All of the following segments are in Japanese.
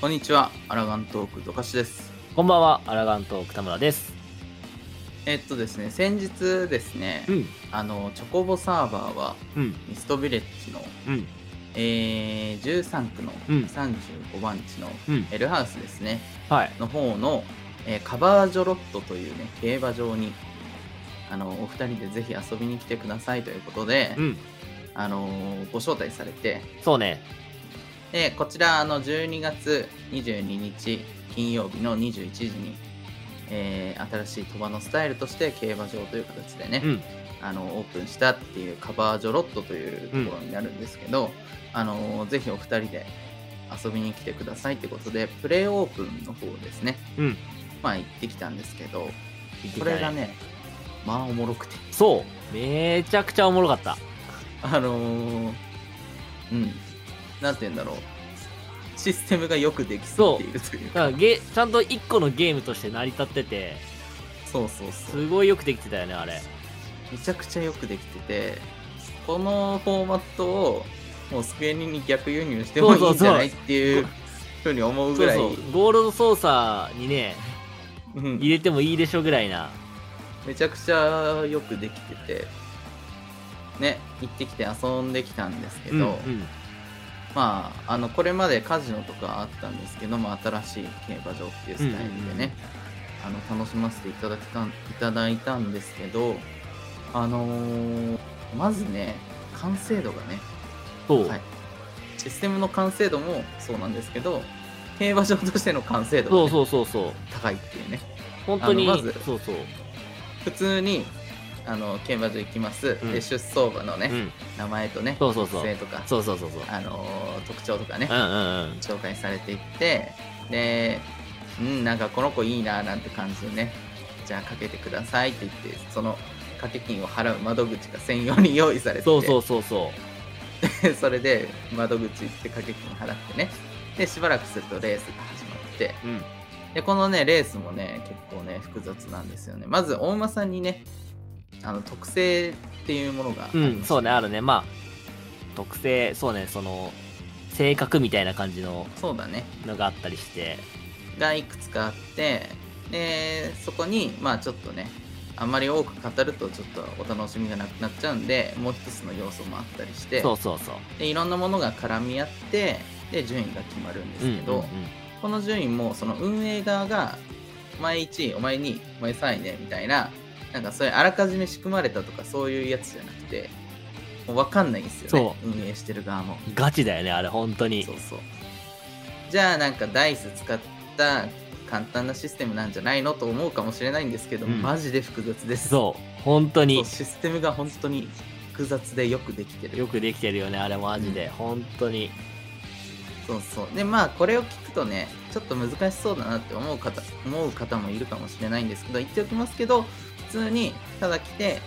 こんにちは、アラガントークドカシです。こんばんは、アラガント北村です。えっとですね、先日ですね、ん、あのチョコボサーバーはうん、ミストビレッジの、うん、えー、13区のうん35番地のうん、エルハウスですね、はい。の方の、えーカバージョロットというね競馬場にあのお二人でぜひ遊びに来てくださいということで、ん、あのーご招待されて、そうね。でこちらあの12月22日金曜日の21時に、えー新しい鳥羽のスタイルとして競馬場という形でね、ん、あのオープンしたっていうカバージョロットというところになるんですけど、あのぜひお二人で遊びに来てくださいってことでプレーオープンの方ですねうん。まあ行ってきたんですけど言ってたねこれが。ねまあおもろくて そう。めちゃくちゃおもろかった。あのーうんなんて言うんだろうシステムがよくできすぎているというだからゲちゃんと一個のゲームとして成り立ってて、そうそうそうすごいよくできてたよね、あれ。めちゃくちゃよくできててこのフォーマットをもうスクエニに逆輸入してもいいんじゃないっていうふうに思うぐそうらいそう。ゴールド操作にね、うん入れてもいいでしょぐらいな。めちゃくちゃよくできててね行ってきて遊んできたんですけど、うんうんまああのこれまでカジノとかあったんですけども新しい競馬場っていうスタイルでね、あの楽しませていただきたんいただいたんですけどあのーまずね完成度がねそう、はいシステムの完成度もそうなんですけど競馬場としての完成度がそね、うそうそうそう。高いっていうね本当に、あのまずそうそう。普通にあの競馬場行きます、うんで出走馬のね、うん。名前とねそうそうそう特性とか、そうそうそうそう。あのー特徴とかねうんうんうん。紹介されていってでうんなんかこの子いいななんて感じでねじゃあかけてくださいって言ってその掛け金を払う窓口が専用に用意されててそうそうそうそう。で それで窓口行って掛け金払ってねでしばらくするとレースが始まってうん。でこのねレースもね結構ね複雑なんですよねまず大馬さんにねあの特性っていうものがありまして、うん、そうね、あるね。まあ、特性、そうね、その、性格みたいな感じのそうだねのがあったりして、がいくつかあってでそこにまあちょっとねあんまり多く語るとちょっとお楽しみがなくなっちゃうんでもう一つの要素もあったりしてそうそうそう。でいろんなものが絡み合ってで順位が決まるんですけど、うんうんうんこの順位もその運営側がお前1位お前2位お前3位ねみたいななんかそういうあらかじめ仕組まれたとかそういうやつじゃなくてもう分かんないんですよね運営してる側も。ガチだよね、あれ、本当にそ。うそうじゃあなんかダイス使った簡単なシステムなんじゃないのと思うかもしれないんですけど、うんマジで複雑ですそう、本当そにう。システムが本当に複雑でよくできてるよくできてるよね、あれ、マジで。本当に。そうそうでまあこれを聞くとねちょっと難しそうだなって思う方思う方もいるかもしれないんですけど言っておきますけど普通にただ来て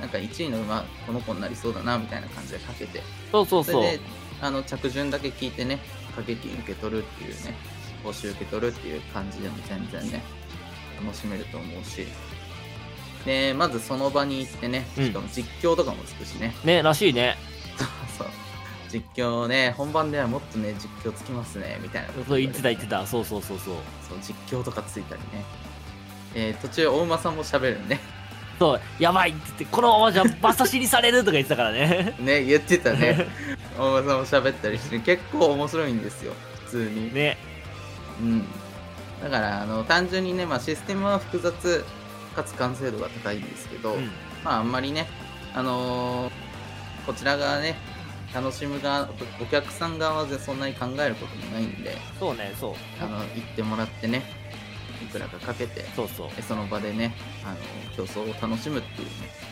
なんか1位の馬この子になりそうだなみたいな感じでかけてそうそうそそう。れであの着順だけ聞いてね掛け金受け取るっていうね報酬受け取るっていう感じでも全然ね楽しめると思うしでまずその場に行ってねうんしかも実況とかもつくしね、ね、らしいね。そう実況ね本番ではもっとね実況つきますねみたいなそう、言ってた言ってた。そうそうそうそう。そう実況とかついたりね、えー途中大馬さんも喋るんで。そう、やばいって言って、このままじゃ馬刺しにされるとか言ってたからね ね言ってたね大馬さんも喋ったりして結構面白いんですよ普通にね。うん、だからあの単純にね、まあ、システムは複雑かつ完成度が高いんですけど、うん。まああんまりね、あのーこちら側ね楽しむ側おお客さん側でそんなに考えることもないんでそうね、そう。あの行ってもらってねいくらかかけてそうそう。でその場でねあの競争を楽しむっていうね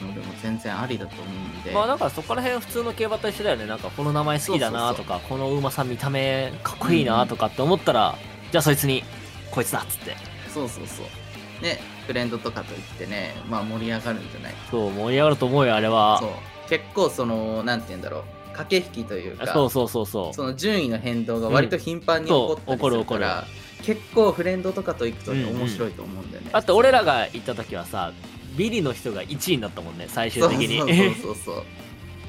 のでも全然ありだと思うんで、まあだからそこら辺普通の競馬と一緒だよねなんかこの名前好きだなとかこの馬さん見た目かっこいいなとかって思ったら、じゃあそいつにこいつだっつってそうそうそうねフレンドとかと言ってね、まあ、盛り上がるんじゃないそう盛り上がると思うよあれはそう結構そのなんて言うんだろう駆け引きというかあそうそうそうそうその順位の変動が割と頻繁に起こったりすうんそうる起かこるら、結構フレンドとかと行くとねうんうん面白いと思うんだよね、だって俺らが行った時はさビリの人が1位になったもんね最終そう的そうそうに そうそう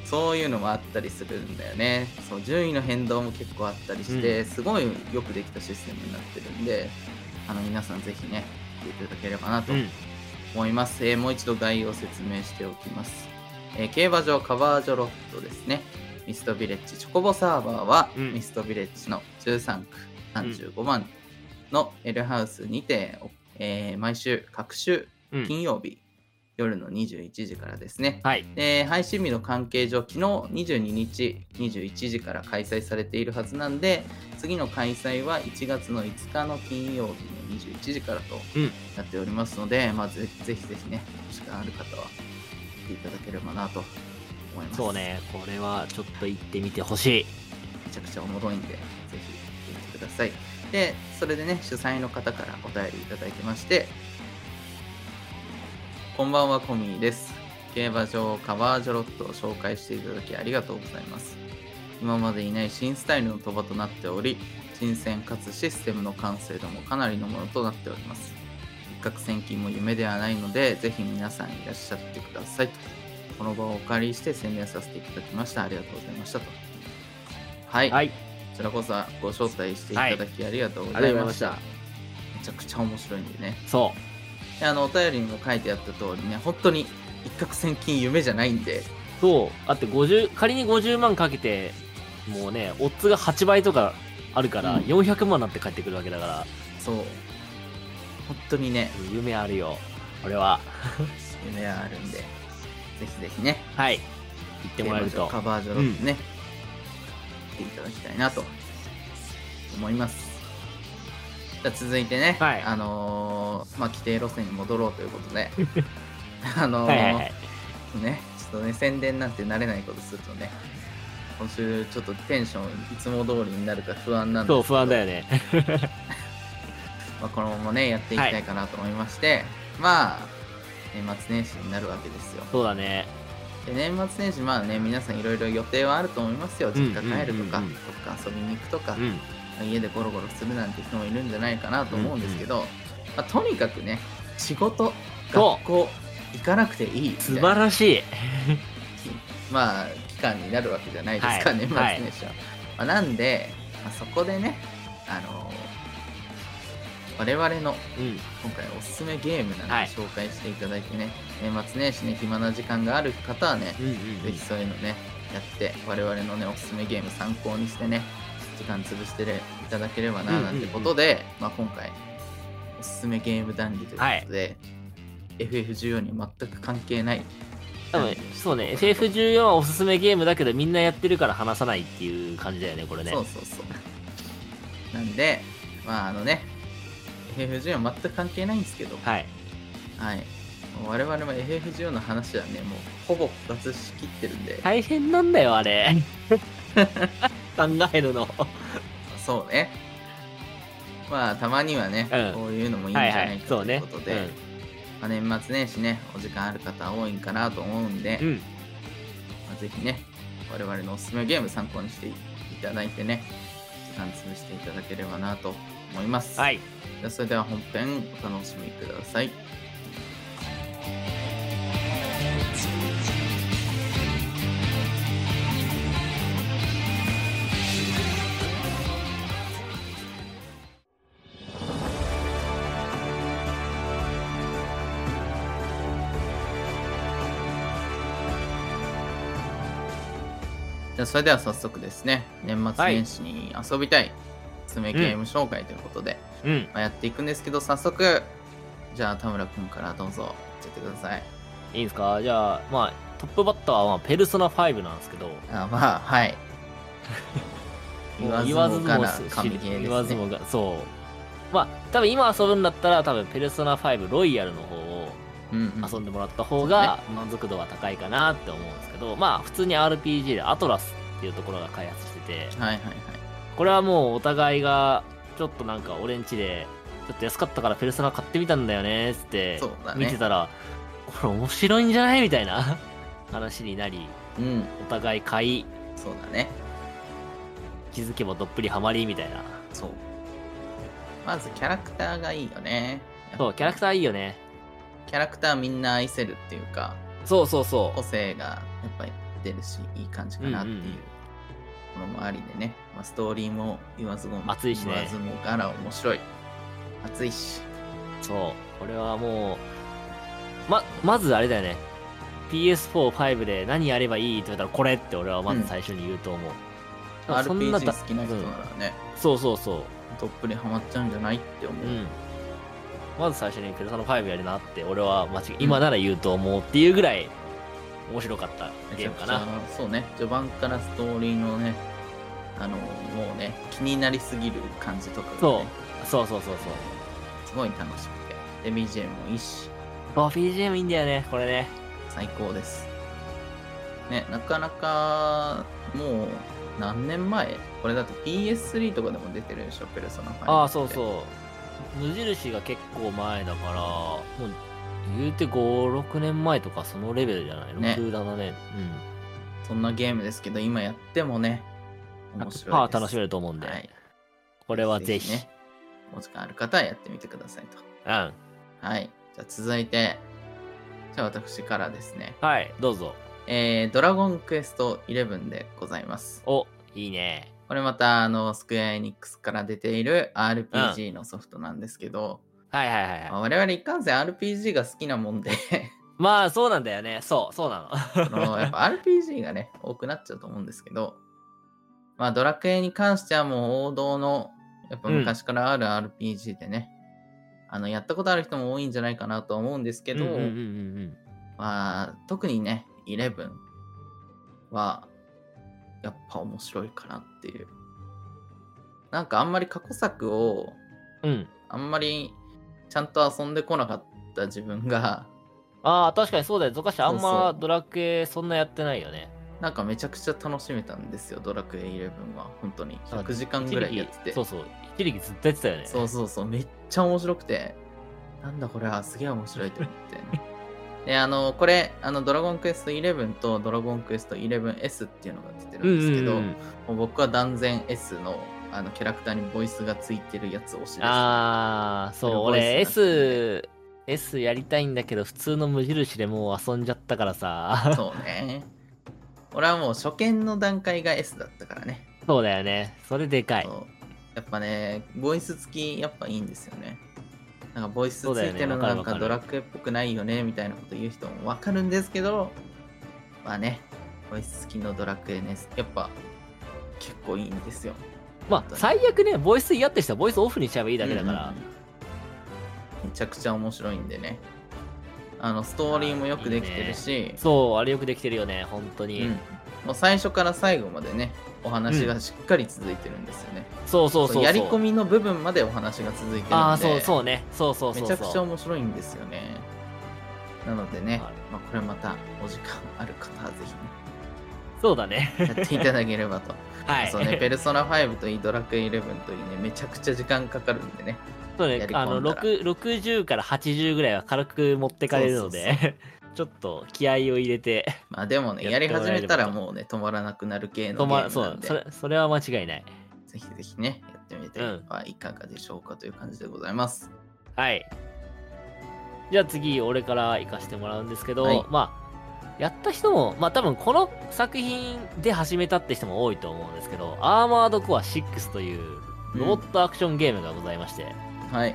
そういうのもあったりするんだよねそう順位の変動も結構あったりして、うんすごいよくできたシステムになってるんであの皆さんぜひね見ていただければなと うん思います、えーもう一度概要を説明しておきます、えー競馬場カバージョロットですねミストビレッジチョコボサーバーは、うんミストビレッジの13区35番のエルハウスにて、えー毎週各週うん金曜日、夜の21時からですね、はいで配信日の関係上昨日22日21時から開催されているはずなんで次の開催は1月の5日の金曜日の21時からとうんなっておりますので、まあ、ぜぜひぜひねお時間ある方は来ていただければなと思いますそうねこれはちょっと行ってみてほしいめちゃくちゃおもろいんでぜひ見てみてくださいでそれでね主催の方からお便りいただいてましてこんばんはコミーです競馬場カバージョロットを紹介していただきありがとうございます今までいない新スタイルの賭場となっており新鮮かつシステムの完成度もかなりのものとなっております一攫千金も夢ではないのでぜひ皆さんいらっしゃってくださいとこの場をお借りして宣伝させていただきましたありがとうございましたとはい、はいこちらこそご招待していただきありがとうございました、ありめちゃくちゃ面白いんでねそであのお便りにも書いてあった通りね本当に一攫千金夢じゃないんでうそうあって50仮に50万かけてもうねオッズが8倍とかあるから、うん400万になって帰ってくるわけだからそう本当にね夢あるよ俺は夢はあるんでぜひぜひねはい行ってもらえるテーマとカバージョロットね、見ていただきたいなと思いますじゃあ続いてね、はいあのーまあ規定路線に戻ろうということ であのーはいはいはいね、ちょっとね、宣伝なんて慣れないことするとね、今週ちょっとテンションいつも通りになるか不安なんですけそどう不安だよねまあ、このままね、やっていきたいかなと思いまして、まあ、年末年始になるわけですよ。そうだねで年末年始、まあね、皆さんいろいろ予定はあると思いますよ。うん実家帰るとか、うんうんうんどっか遊びに行くとかう、ん家でゴロゴロするなんて人もいるんじゃないかなと思うんですけど、まあ、とにかくね、仕事、そう学校、行かなくていいみたい素な晴らしいまあ、期間になるわけじゃないですか、はい年末年始は。まあ、なんで、まあ、そこでね、あのー我々のうん今回おすすめゲームなんはいて紹介していただいてね、年末年始ね、暇な時間がある方はね、うんうんうぜんひそういうのね、やって、我々のね、おすすめゲーム参考にしてね、時間潰していただければうんな、うんうんなんてことで、まあ、今回、おすすめゲーム談義ということで、FF14 には全く関係ない。多分そうね FF14 はおすすめゲームだけどみんなやってるから話さないっていう感じだよねこれねそうそうそうなんでまああのね FF14 は全く関係ないんですけど、はいはい、もう我々も FF14 の話はねもうほぼ復活しきってるんで、大変なんだよあれ 考えるのそうねまあたまにはね、うんこういうのもいいんじはいゃはないいかとそいううねことで、まあ、年末年始ねお時間ある方多いんかなと思うんで、うん、うん、まあ、ぜひね我々のおすすめゲーム参考にしていただいてね時間潰していただければなと思います、はいじゃあそれでは本編お楽しみください。じゃあそれでは早速ですね年末年始に遊びたい爪ゲーム紹介ということで、うんまあやっていくんですけど早速じゃあ田村君からどうぞ言ってくださいいいんですかじゃあまあトップバッターはまあペルソナ5なんですけどあまあはい 言わずもがな神ゲーですね言わずもがそうまあ多分今遊ぶんだったら多分ペルソナ5ロイヤルの方をうんうん遊んでもらった方が満足度は高いかなって思うんですけど、まあ普通に RPG でアトラスっていうところが開発しててはいはいはいこれはもうお互いがちょっとなんか俺んちでちょっと安かったからペルソナ買ってみたんだよねっつってそうだね見てたら、これ面白いんじゃないみたいな話になりうんお互い買いそうだね気づけばどっぷりハマりみたいなそうまずキャラクターがいいよねそうキャラクターいいよねキャラクターみんな愛せるっていうかそうそうそ個性がやっぱりってるしいい感じかなっていううんうんうんものもありでね、まあ、ストーリーも言わずも熱いしね言わずもがら面白い熱いしそうこれはもうままずあれだよね PS45 で何やればいいって言われたらこれって俺はまず最初に言うと思う、だからそんな RPG だ好きな人ならね、そうそうそどっぷりハマっちゃうんじゃないって思ううう、んまず最初に「ペルソナ5」やるなって俺は間違い今なら言うと思うっていうぐらい面白かったゲームかなそうね序盤からストーリーのねあのもうね気になりすぎる感じとかが、そね、うそうそうそうそうすごい楽しくてで BGM もいいしあ BGM いいんだよねこれね最高ですねなかなかもう何年前これだって PS3 とかでも出てるでしょペルソナ5ああそううそう無印が結構前だからもう言うて56年前とかそのレベルじゃないの、ね67年そんなゲームですけど今やってもねうん面白いです100%楽しめると思うんで、はい、これはぜひねお時間ある方はやってみてくださいとうんはいじゃあ続いてじゃあ私からですねはいどうぞえードラゴンクエスト11でございます。おいいねこれまた、あの、スクエアエニックスから出ている RPG のソフトなんですけど、はいはいまはいはあい我々いかんせん RPG が好きなもんで、まあそうなんだよねそうそうなあ のやっぱ RPG がね、多くなっちゃうと思うんですけど、まあ、ドラクエに関してはもう王道の、やっぱ昔からある RPG でね、あの、やったことある人も多いんじゃないかなとは思うんですけど、のうんうんうんうんまあ、特にね、11は、やっぱ面白いかなっていう。なんかあんまり過去作を、うんうんあんまりちゃんと遊んでこなかった自分が、ああ確かにそうだよゾカシあんそうそまうドラクエそんなやってないよねなんかめちゃくちゃ楽しめたんですよ、ドラクエ11は。本当に。なんか100時間ぐらいやってて。一力そうそう一力ずっとやってたよねそうそうそう、めっちゃ面白くて、なんだこれは、すげえ面白いと思って。 で、あの、これ、あの、ドラゴンクエスト11とドラゴンクエスト 11S っていうのが出てるんですけど、うんうんうん、もう僕は断然 S のあのキャラクターにボイスがついてるやつ推しです。あー、そう、これ俺ボイスなんで S、S やりたいんだけど、普通の無印でもう遊んじゃったからさ。そうね。俺はもう初見の段階が S だったからね。そうだよね。それでかい。そうやっぱね、ボイス付きやっぱいいんですよね。なんかボイスつそうだいよねてるのなんわかかるわドかるラクエっぽくないよねみたいなこと言う人もわかるんですけど、まあね、ボイス付きのドラクエね、やっぱ結構いいんですよ。まあ、最悪ね、ボイス嫌って人はボイスオフにしちゃえばいいだけだから。うんうんうんめちゃくちゃ面白いんでねあのストーリーもよくできてるしそう、あれよくできてるよね、本当に。うんもう最初から最後までねお話がしっかり続いてるんですよね、そうそうそうそう。やり込みの部分までお話が続いてるんでああ、そうそうね。そうそうそうそう。めちゃくちゃ面白いんですよねなのでね、はいまあ、これまたお時間ある方はぜそうだね。ひねやっていただければと、 はい。そうね「ペルソナ5」といい「ドラクエ11」といいねめちゃくちゃ時間かかるんでねそうやりね、込んだらあの、6 60から80ぐらいは軽く持ってかれるので、ちょっと気合を入れて、まあでもね、ややっりてもらえれば始めたらもうね、止まらなくなる系の止ゲま、ームそなんう、で、それ、それは間違いない。ぜひぜひね、やってみてうんはいかがでしょうかという感じでございます。はい。じゃあ次、俺から行かしてもらうんですけど、はいまあ、やった人も、まあ多分この作品で始めたって人も多いと思うんですけど、アーマードコア6というロボットアクションゲームがございまして、はい。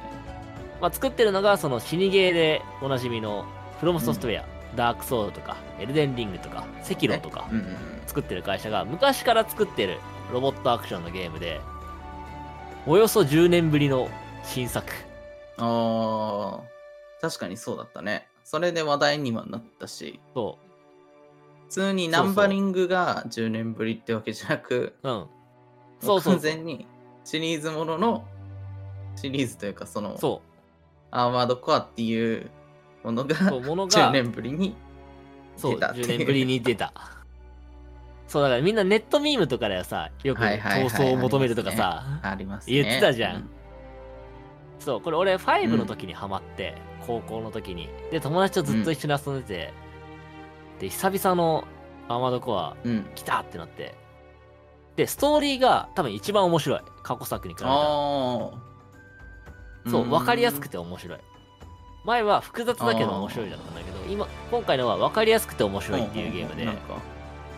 まあ作ってるのがその死にゲーでおなじみのフロムソフトウェア、ダークソウルとか、エルデンリングとか、セキロとか、うんうんうん。作ってる会社が昔から作ってるロボットアクションのゲームで、およそ10年ぶりの新作。あー確かにそうだったね。それで話題にはなったし、そ普通にナンバリングが10年ぶりってわけじゃなく、う。うん。そうそう完全にシリーズもののシリーズというか、そのそう。アーマードコアっていうものが そう、もの10が、年ぶりにそう、出たっていう10年ぶりに出た。そう、だからみんなネットミームとかではさ、よくはいはいはい闘争を求めるとかさ、ありますね。言ってたじゃんうんそう、これ俺5の時にハマって、高校の時に。で、友達とずっと一緒に遊んでて、で、久々のアーマードコアうん。来たってなって、で、ストーリーが多分一番面白い。過去作に比べたら。ああ。そう、わかりやすくて。て面白い。前は複雑だけど面白いだったんだけど、今、今回のはわかりやすくて面白いっていうゲームで、なんか、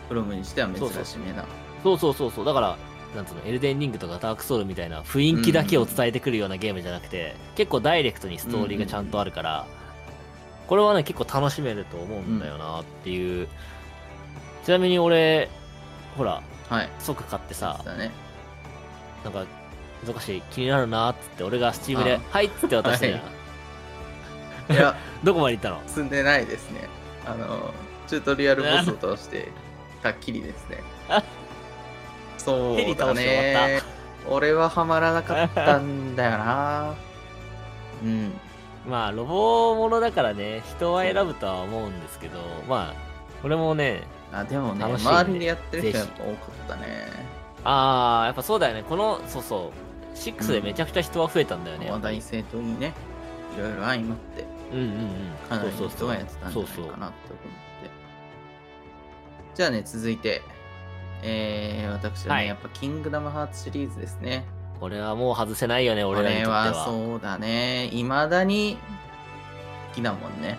プロムにしては珍しめなそうそうそうそうだからなんつうのエルデンリングとかダークソウルみたいな雰囲気だけを伝えてくるようなゲームじゃなくて、結構ダイレクトにストーリーがちゃんとあるから、これはね結構楽しめると思うんだよなっていう、ちなみに俺ほらはい即買ってさだねなんか難しい気になるなっつって俺がスチームであ「はい」っつって渡したじゃん、はいいやどこまで行ったの進んでないですねあのチュートリアルボスを倒してたっきりですねあそうヘリだ倒して終わね俺はハマらなかったんだよなうんまあロボものだからね人は選ぶとは思うんですけどまあこれもねあでもね楽しいね周りでやってる人ぜやひっぱ多かったねああやっぱそうだよねこのそうそう6でめちゃくちゃ人は増えたんだよね、や話っぱり題性といいねいろいろ相まってうんうんかなうりんの人がやってたんじゃないそうそうかなと思ってじゃあね続いてえー、私はね、はいやっぱ「キングダムハーツ」シリーズですねこれはもう外せないよねこ俺らにとっれてははそうだねいまだに好きだもんね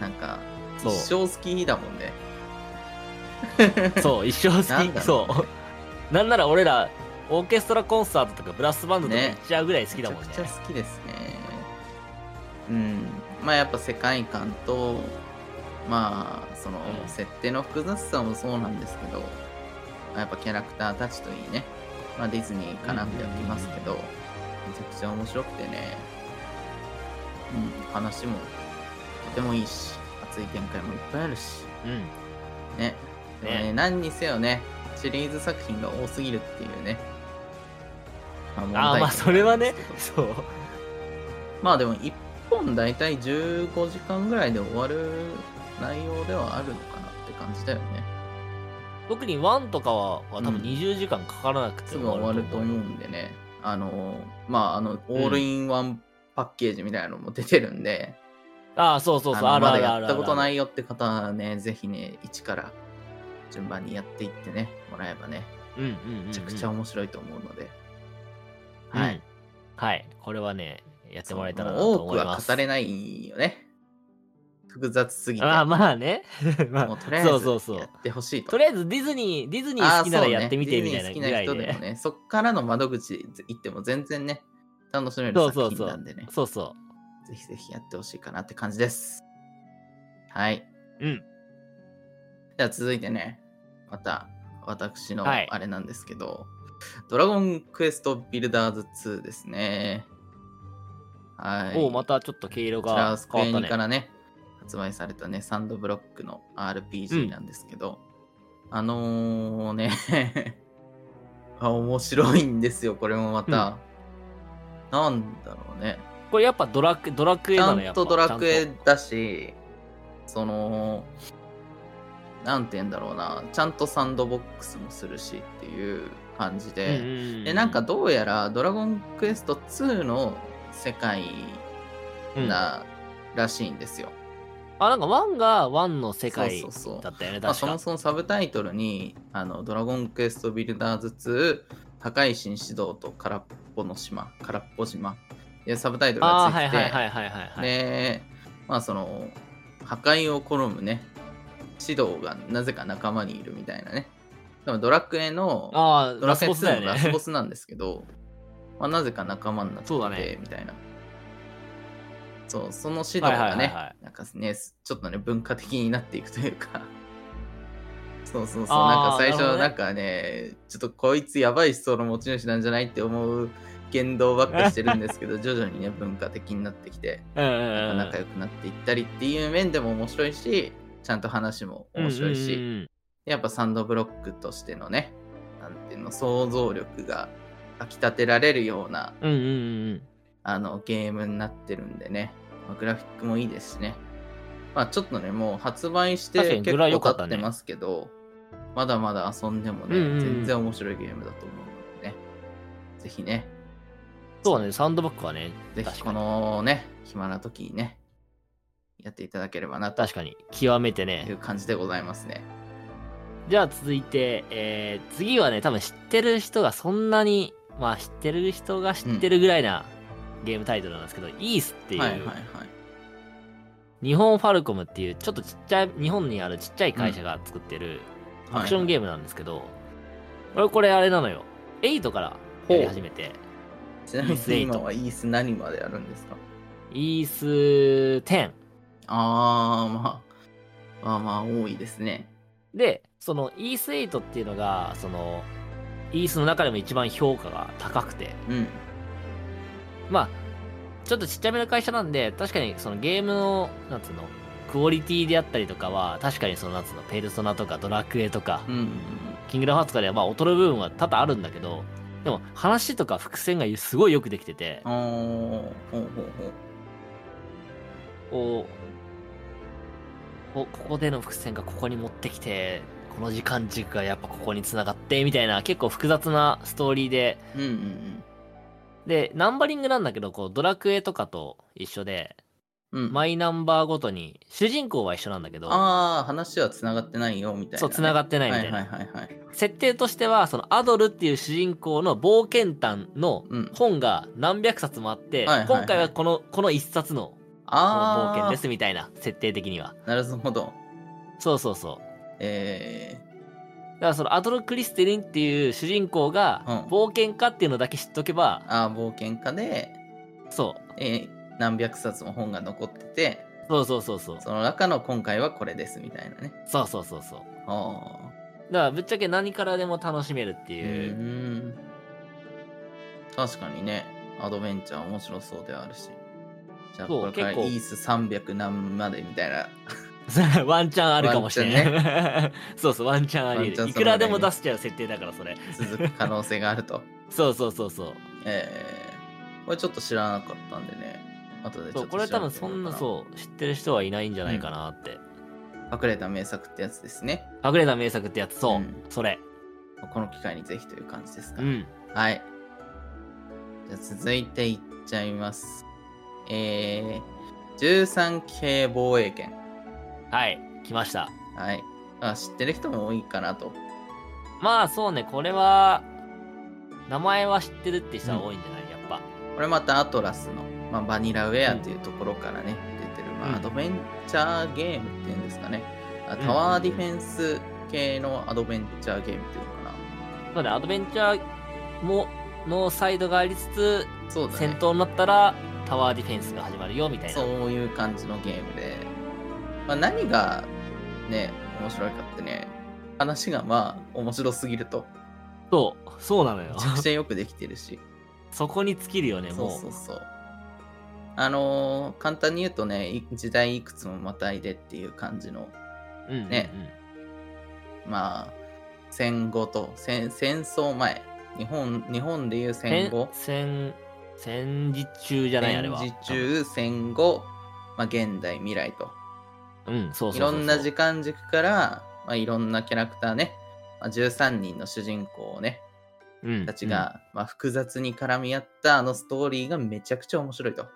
なんか一そう生好きだもんね そう一生なん好だきろうねそうなんなら俺らオーケストラコンサートとかブラスバンドとか行っちゃうぐらい好きだもんねめちゃくちゃ好きですねうんまあやっぱ世界観とまあそのうん設定の複雑さもそうなんですけど、まあやっぱキャラクターたちといいね、まあ、ディズニーかなってはきますけど、うんめちゃくちゃ面白くてねうん話もとてもいいし熱い展開もいっぱいあるしうんねでもねね何にせよねシリーズ作品が多すぎるっていうねあああまあそれはねそうまあでも1本大体15時間ぐらいで終わる内容ではあるのかなって感じだよね。特に1とかはは多うん分20時間かからなくてすぐ終わると思うんでね。あの、まああの、オールインワンパッケージみたいなのも出てるんで、ああそうそうそうああのるまだあるあるやったことないいよって方はね、ぜひね、一から順番にやっていってね、もらえばね、うんうんうんうんめちゃくちゃ面白いと思うので。うんはい。はいこれはねやってもらえたらなそう多とく思いまはす語れないよね。複雑すぎて。ああま あねまあもうとりあえずそうそうそうやってほしいと。とりあえずディズニーディズニー好きならやってみてみたいなぐらいあーそうねディズニー好きな人でもでね、そっからの窓口行っても全然ね、楽しめるそうそうそ作品うなんでね、そうそぜひぜひやってほしいかなって感じです。はい。ううんじゃあ続いてね、また私のはいあれなんですけど、ドラゴンクエストビルダーズ2ですね。はい。おおまたちょっと毛色こちらはがスクエ変わニっかたねらね、発売されたね、サンドブロックの RPG なんですけど、あのーね あ、面白いんですよ、これもまた。なんだろうね。これやっぱドラクドラクエちなゃのやんっぱとドラクちゃエんとだし、その、なんて言うんだろうな、ちゃんとサンドボックスもするしっていう感じで、うんでなんかどうやら「ドラゴンクエスト2」の世界うんな、らしいんですよ。あなんかワンがワンの世界そうそうそうだったよねまあ、確そかもそもサブタイトルに「あのドラゴンクエストビルダーズ2高い新指導と空っぽの島空っぽ島」っていうサブタイトルあがあつはいいてはいてはいはいはいはいでまあその破壊を好むね指導がなぜか仲間にいるみたいなねでもドラクエのああドララクスエボスだ2のよラスボねスなんですけど、まあ、なぜか仲間になってそうだてねみたいな。そう、その指導がはいはいはいはね、なんかね、すちょっとね、文化的になっていくというか、 そうそうそう、なんあかー最初なるほどねなんかね、ちょっとこいつやばい思想の持ち主なんじゃないって思う言動ばっかしてるんです けど、徐々にね、文化的になってきて、うんうんうんうん仲良くなっていったりっていう面でも面白いし、ちゃんと話も面白いし、うんうんうんやっぱサンドブロックとしてのね、なんていうの、想像力がかき立てられるようなうんうんうんうんあのゲームになってるんでね、まあグラフィックもいいですしね。まあちょっとね、もう発売して確かに結グラ良か構っ経たっねてますけど、まだまだ遊んでもね、うんうんうん全然面白いゲームだと思うのでね、ぜひね、そうだねサンドバッグはねぜ確ひかこにのね、暇な時にね、やっていただければなと確かに極めていねう感じでございますね。じゃあ続いて、えー次はね、多分知ってる人がそんなに、まあ知ってる人が知ってるぐらいなゲームタイトルなんですけど、イースっていう、はいはいはい。日本ファルコムっていう、ちょっとちっちゃい、日本にあるちっちゃい会社が作ってる、はいアクションゲームなんですけど、俺これあれなのよ8からやり始めてちなみイースエにイト今はイース何までやるんですかイース10あー、まあ、まあまあ多いですね。でそのイース8っていうのがそのイースの中でも一番評価が高くてうん。まあちょっとちっちゃめの会社なんで確かにそのゲームのなんつうのクオリティであったりとかは確かにそのなんつうのペルソナとかドラクエとか、うんうんうん。キングダムハーツとかではまあ劣る部分は多々あるんだけどでも話とか伏線がすごいよくできててあー、ほうほうほう。こうこここでの伏線がここに持ってきてこの時間軸がやっぱここに繋がってみたいな結構複雑なストーリーでうんうんうん。でナンバリングなんだけどこうドラクエとかと一緒でうん、マイナンバーごとに主人公は一緒なんだけどああ、話はつながってないよみたいな、ね。そう繋がってないみたいな、はいはいはいはい。設定としてはそのアドルっていう主人公の冒険探のうん。本が何百冊もあっはて、いはいはい今回はこのこの一冊のこのああ、冒険ですみたいな設定的にはなるほど。そうそうそうえだからそのアドル・クリステリンっていう主人公がうん冒険家っていうのだけ知っとけばー、、ああ、冒険家で、そうえー何百冊も本が残ってて、そうそうそうそうその中の今回はこれですみたいなね。そうそうそうそうああ。だからぶっちゃけ何からでも楽しめるってういう、ーん。確かにね、アドベンチャー面白そうではあるし。じゃあ、そうこれからイ結構ース300何までみたいな。 ワンチャンあるかもしれない、ワ そうそうワンチャンありワンチャン得るいそくれはらねでも出せちゃう設定だからそれ続く可能性がある と。そうそうそうそうえー、これちょっと知らなかったんでね。後でちそょうっとこれ多分調そべてんみよなうかそう知ってる人はいないんじゃないかなって、隠れた名作ってやつですね。隠れた名作ってやつそう、うんそれこの機会にぜひという感じですか。うんはい。じゃあ続いていっちゃいます。えー、13系防衛圏。はい来ましたはい。あ知ってる人も多いかなと。まあそうねこれは名前は知ってるって人は多いんじゃない、やっぱこれまたアトラスの、まあ、バニラウェアというところからね、出てる、まうんあ、アドベンチャーゲームっていうんですかね。あんタワーディフェンス系のアドベンチャーゲームっていうのかそうねアドベンチャーものサイドがありつつ、な。そうだ戦ね。闘になったらタワーディフェンスが始まるよみたいなそういう感じのゲームで、まあ、何がね、面白いかってね、話がまあ面白すぎる と、そうそうなのよめちゃくちゃよくできてるし、そこに尽きるよねそもううそうそう。あのー簡単に言うとね、い時代いくつもまたいでっていう感じのうんうんうんねまあ、戦後と戦戦争前日本日本でいう戦戦後戦戦時中じゃないあれ戦は時中戦後、まあ、現代未来とうんそうそうそうそういろんな時間軸から、まあ、いろんなキャラクターね、まあ、13人の主人公をねうんたちが、まあ、複雑に絡み合ったあのストーリーがめちゃくちゃ面白いと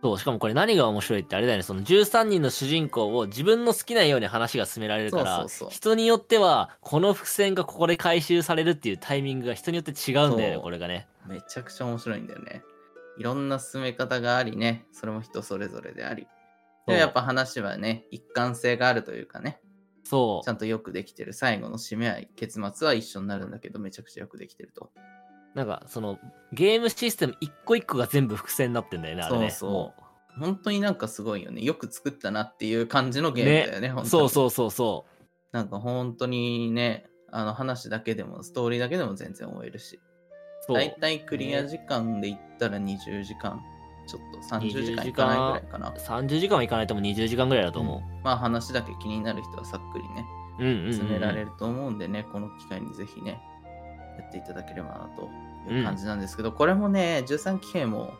そう、しかもこれ何が面白いってあれだよね、その13人の主人公を自分の好きなように話が進められるから、そうそうそう人によっては、この伏線がここで回収されるっていうタイミングが人によって違うんだよね、そうこれがね。めちゃくちゃ面白いんだよねいろんな進め方がありねそれも人それぞれでありでもやっぱ話はね一貫性があるというかねそちゃんとよくできてる最後の締め合い結末は一緒になるんだけどめちゃくちゃよくできてるとう。なんか、その、ゲームシステム一個一個が全部伏線になってんだよね、あれね。そうもそう本当になんかすごいよねよく作ったなっていう感じのゲームだよね本当うにそうそうそうそなんか本当にねあの話だけでもストーリーだけでも全然終えるしう。そう大体クリア時間で言ったら20時間ちょっと30時間20いかないぐらいかな30時間はいかないともう20時間ぐらいだと思まあ話だけ気になる人はさっくりねう。うん、うん、うん。詰められると思うんでね、この機会にぜひね、やっていただければなという感じなんですけど、これもね、13期編も、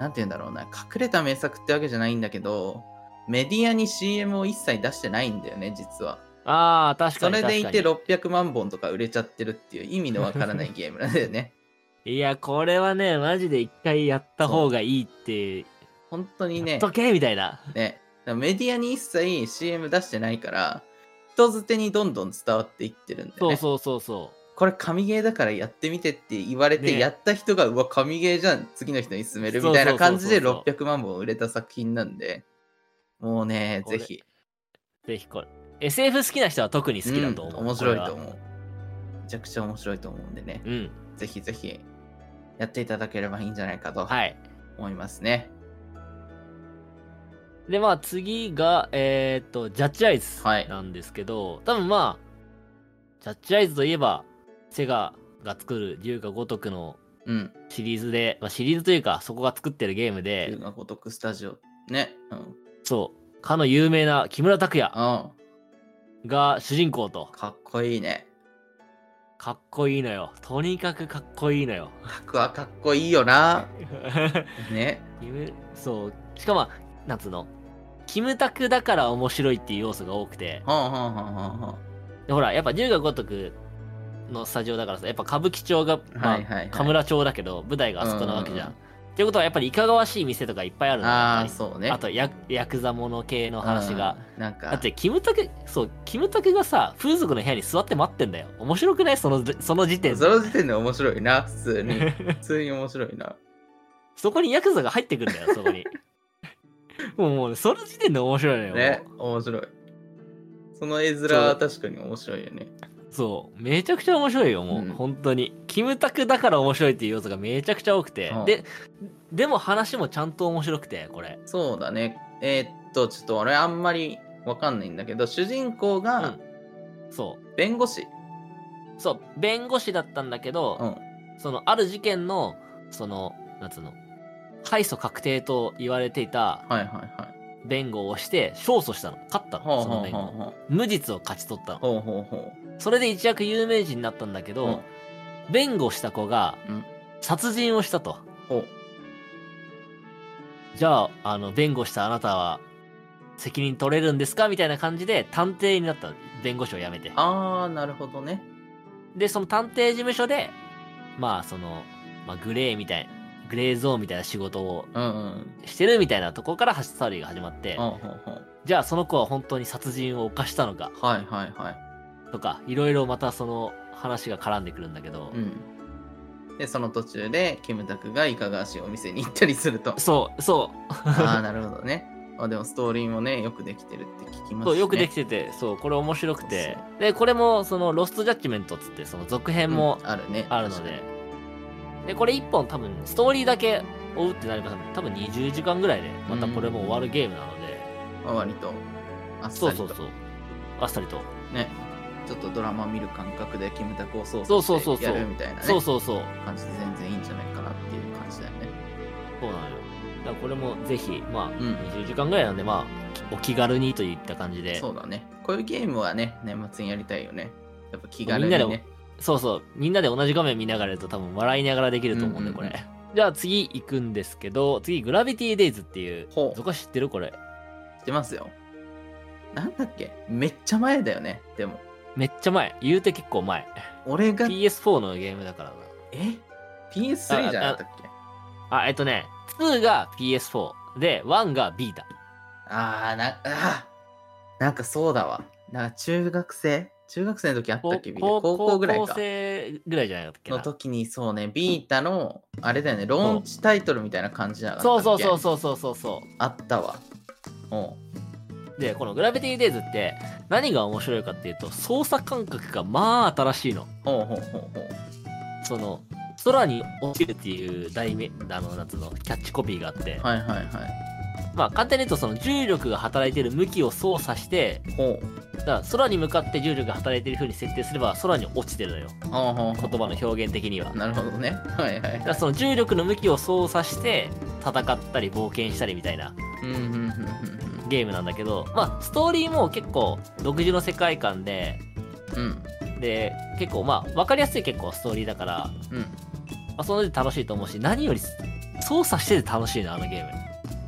なんて言うんだろうな、隠れた名作ってわけじゃないんだけど、メディアに CM を一切出してないんだよね、実は。ああ、確かそにれ確かでに。いて600万本とか売れちゃってるっていう意味のわから ないゲームなんだよね。いや、これはね、マジで一回やった方がいいって、本当にやねっ、とけみたいな。ねだからメディアに一切 CM 出してないから、人づてにどんどん伝わっていってるんだよそうね。そうそうそう。これ神ゲーだからやってみてって言われて、ねやった人がうわ神ゲーじゃん次の人に勧めるそうみたいな感じでそうそう600万本売れた作品なんでもうねこぜれひぜひこれ。 SF 好きな人は特に好きだと思う。ん面白いとこ思うめちゃくちゃ面白いと思うんでね、れは。うん。ぜひぜひやっていただければいいんじゃないかとはい。思いますねで、まあ次が、えーっと、ジャッジアイズはいなんですけど、多分まあ、ジャッジアイズといえば、セガが作る龍が如くのうんシリーズで、まあ、シリーズというか、そこが作ってるゲーム龍で、が如くスタジオねうんそう、かの有名な木村拓哉あが主人公と、かっこいいねかっこいいのよ。とにかくかっこいいのよ。 タクはかっこいいよなねキムそう、しかも、なんつうの、キムタクだから面白いっていう要素が多くて、はあはあはあはあはでほら、やっぱ龍が如くのスタジオだからさ、やっぱ歌舞伎町が、あまあはいはい、はい、神村町だけど、舞台があそこなわけじゃん。うんっていうことは、やっぱりいかがわしい店とかいっぱいあるのよやっあぱありそうねあとヤ、ヤクザもの系の話が。うんなんかだって、キムタク、そう、キムタクがさ、風俗の部屋に座って待ってんだよ。面白くないその、その時点そで。の時点で面白いな普通 に普通に面白いなそこにヤクザが入ってくんだよ、そ こに。もう、もう、その時点で面白いのよ。ねもう面白いその絵面は確かに面白いよねそう、めちゃくちゃ面白いよ、もう、うん本当に。キムタクだから面白いっていう要素がめちゃくちゃ多くて。うんで、でも話もちゃんと面白くて、これ。そうだねえーっとちょっと俺あんまりわかんないんだけど主人公がそう。弁護士そう弁護士だったんだけど、うんそのある事件のそのなんつうの敗訴確定と言われていたはいはいはい弁護をして勝訴したの勝ったのほうそほのう弁ほう護ほう無実を勝ち取ったのほうほうほそれで一躍有名人になったんだけうど、うん弁護した子がうん殺人をしたと、ほうじゃああの弁護したあなたは責任取れるんですかみたいな感じで探偵になったの弁護士を辞めてああなるほどねで、その探偵事務所で、まあ、その、まあ、グレーみたい、グレーゾーンみたいな仕事をうんうんしてるみたいなとこから初サリーが始まってほ、うほうほうじゃあその子は本当に殺人を犯したのか、はいはいはいとか、いろいろまたその話が絡んでくるんだけど、うんでその途中でキムタクがいかがわしいお店に行ったりするとそう、そ ああなるほどねあでもストーリーもねよくできてるって聞きう、ますそう、よくできててて、そう、これ面白くてそう、で、これも、その、ロストジャッジメントっつって、その続編もあるねあるので、で、これ一本多分、ストーリーだけ追うってなれば多分20時間ぐらいで、またこれも終わるゲームなので、まあ割とあっさそうりとそうそう。あっさりと。ねちょっとドラマ見る感覚でキムタクを操そ作うそうそうしそうてやるみたいなねそうそうそう。感じで全然いいんじゃないかなっていう感じだよねそうなのよ。だからこれもぜひ、まあ、うん20時間ぐらいなんで、まあ、お気軽にといった感じで。そそううだねこういうゲームはね年末にやりたいよねやっぱ気軽にみんなねでそうみんなで同じ画面見ながらやると多分笑いながらできると思ううんで、んうんこうんれ。じゃあ次行くんですけど、次、グラビティデイズっていう。ほうそこ知ってるこれ。してますよなんだっけめっちゃ前だよねでもめっちゃ前。言うて結構前。俺が PS4 のゲームだからな。え PS3 じゃなかったっけあ、えっとね、2が PS4 で、1がビータ。あーなあーなんかそうだわなんか中学生中学生の時あったっけビータ高高校ぐらい高校か生ぐらいじゃなかったっけのな。時にそうねビータのあれだよねローンチタイトルみたいな感じじゃなかったっそうけそうそうそうそうそうそう。あったわおうで、このグラビティデイズって何が面白いかっていうと、操作感覚がまあ新しいの。ほうほうほうほうその、空に落ちるっていう題名、あの、夏のキャッチコピーがあって、はいはいはいまあ簡単に言うとその重力が働いてる向きを操作して、ほうだから空に向かって重力が働いてる風に設定すれば空に落ちてるのよ。ほうほうほ言葉の表現的には。うなだるほどねはいはいかはいらその重力の向きを操作して、戦ったり冒険したりみたいなうんうんうんうんゲームなんだけど、まあストーリーも結構独自の世界観で、うんうんで結構まあ分かりやすい結構ストーリーだから、まうんあ、その時楽しいと思うし何より操作してて楽しいなあのゲーム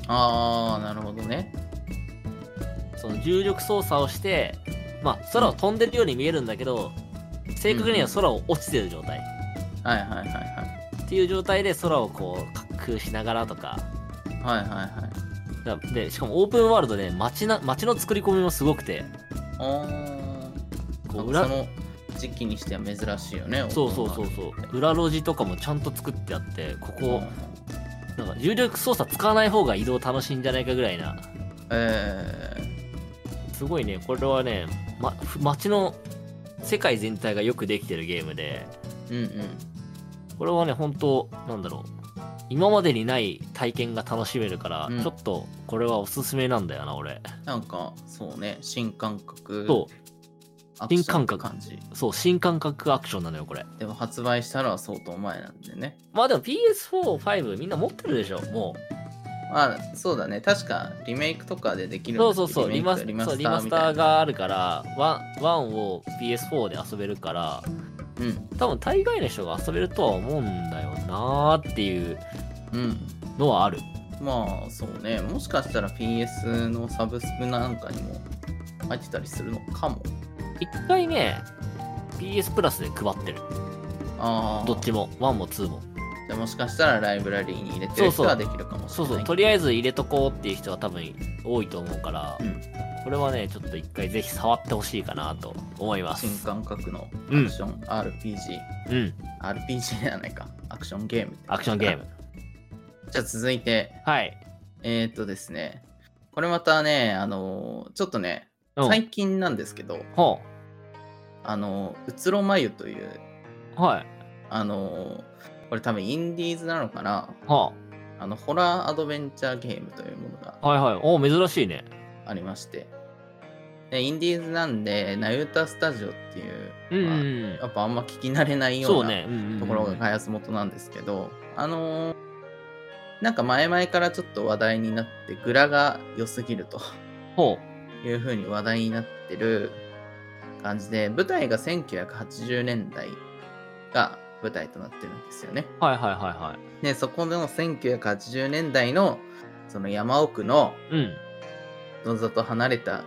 あーなるほどねその重力操作をしてまあ空を飛んでるように見えるんだけど正確には空を落ちてる状態はいはいはいはいっていう状態で空をこう滑空しながらとかはいはいはいだでしかもオープンワールドで街な街の作り込みもすごくておーこうなんかそ裏の時期にしては珍しいよねそうそうそうそう裏路地とかもちゃんと作ってあってこうんこなんか重力操作使わない方が移動楽しいんじゃないかぐらいなえーすすごいねこれはね、ま、街の世界全体がよくできてるゲームでうんうんこれはね本当なんだろう今までにない体験が楽しめるから、うんちょっとこれはおすすめなんだよな俺なんかそうね新感覚とアクション新感覚感じそう新感覚アクションなのよこれでも発売したら相当前なんでねまあでも PS45 みんな持ってるでしょもまあそうだね確かリメイクとかでできうるそうそうそうリリマメイスクそうリリママススターターみたいながあるからワンワンを PS4 で遊べるからうん多分大概の人が遊べるとは思うんだよなーっていううんのはあるまあそうねもしかしたら PS のサブスクなんかにも入ってたりするのかも一回ね PS プラスで配ってるああどっちも1も2もじゃあもしかしたらライブラリーに入れてる人はできるかもしそれなういそうとりあえず入れとこうっていう人は多分多いと思うから、うんこれはねちょっと一回ぜひ触ってほしいかなと思います新感覚のアうんクション RPG、うん、 RPG じゃないかアクションゲームアクションゲーム。 じゃあ続いてはい。えー、っとですねこれまたねあのーちょっとねうん最近なんですけど、ほあのーうつろまゆというう。はい。あのーこれ多分インディーズなのかなはあのホラーアドベンチャーゲームというものがあ、はいはい。お珍しいね。ありましてでインディーズなんでナユタスタジオっていう、うんうんまあうん。やっぱあんま聞き慣れないよそううなね。うんうんうんところが開発元なんですけど、あのーなんか前々からちょっと話題になってグラが良すぎるとほいうふうに話題になってる感じで舞台が1980年代が舞台となってるんですよね。う。はいはいはでそこの1980年代のその山奥のいはい。うん。どんざと離れた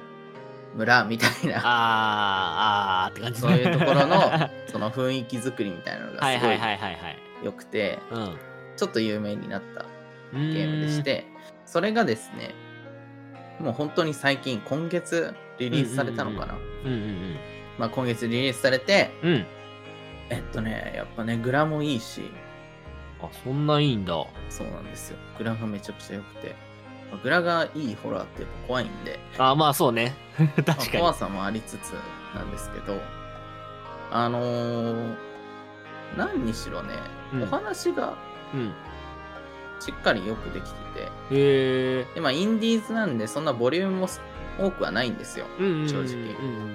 村みたいなあー、あーって感じそういうところ のはいその雰囲気作りみたいなのはがいすごはいいはいはい。良くてうん。ちょっと有名になったうーんゲームでし。て、それがですね、もう本当に最近、今月リリースされたのかな。うんうんまあ今月リリースされて、うん。うん。えっとね、やっぱね、グラもいいし、あ、そんないいんだ。そうなんですよ。グラがめちゃくちゃ良くて、まあグラがいいホラーってやっぱ怖いんで、あ、まあそうね。 確まあかに。怖さもありつつなんですけど、あのー何にしろね、うんお話がうん。しっかりよくできてて、へえ。でまあ、インディーズなんでそんなボリュームも多くはないんですよ。うんうんうん。正直うんうん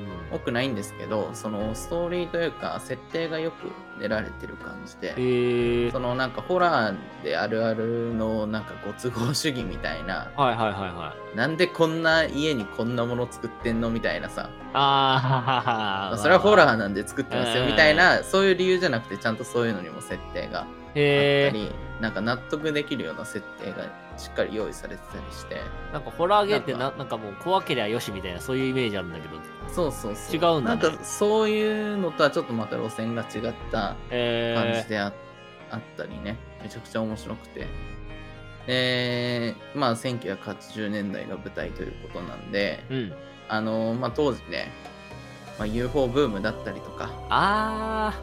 うん多くないんですけどそのストーリーというか設定がよく練られてる感じで、へえ。そのなんかホラーであるあるのなんかご都合主義みたいなはいはいはいはい。なんでこんな家にこんなもの作ってんのみたいなさ、あまあー。それはホラー。ーなんで作ってますようんみたいなそういう理由じゃなくてちゃんとそういうのにも設定があったへえ。り、なんか納得できるような設定がしっかり用意されてたりしてなんかホラーゲーってななんかもう怖けりゃよしみたいなそういうイメージあるんだけどそうそうそう違うんだねなんかそういうのとはちょっとまた路線が違った感えじであ,、あったりねめちゃくちゃ面白くてでまあ1980年代が舞台ということなんでー、うんあのまあ当時ね、まあ、UFO ブームだったりとかあ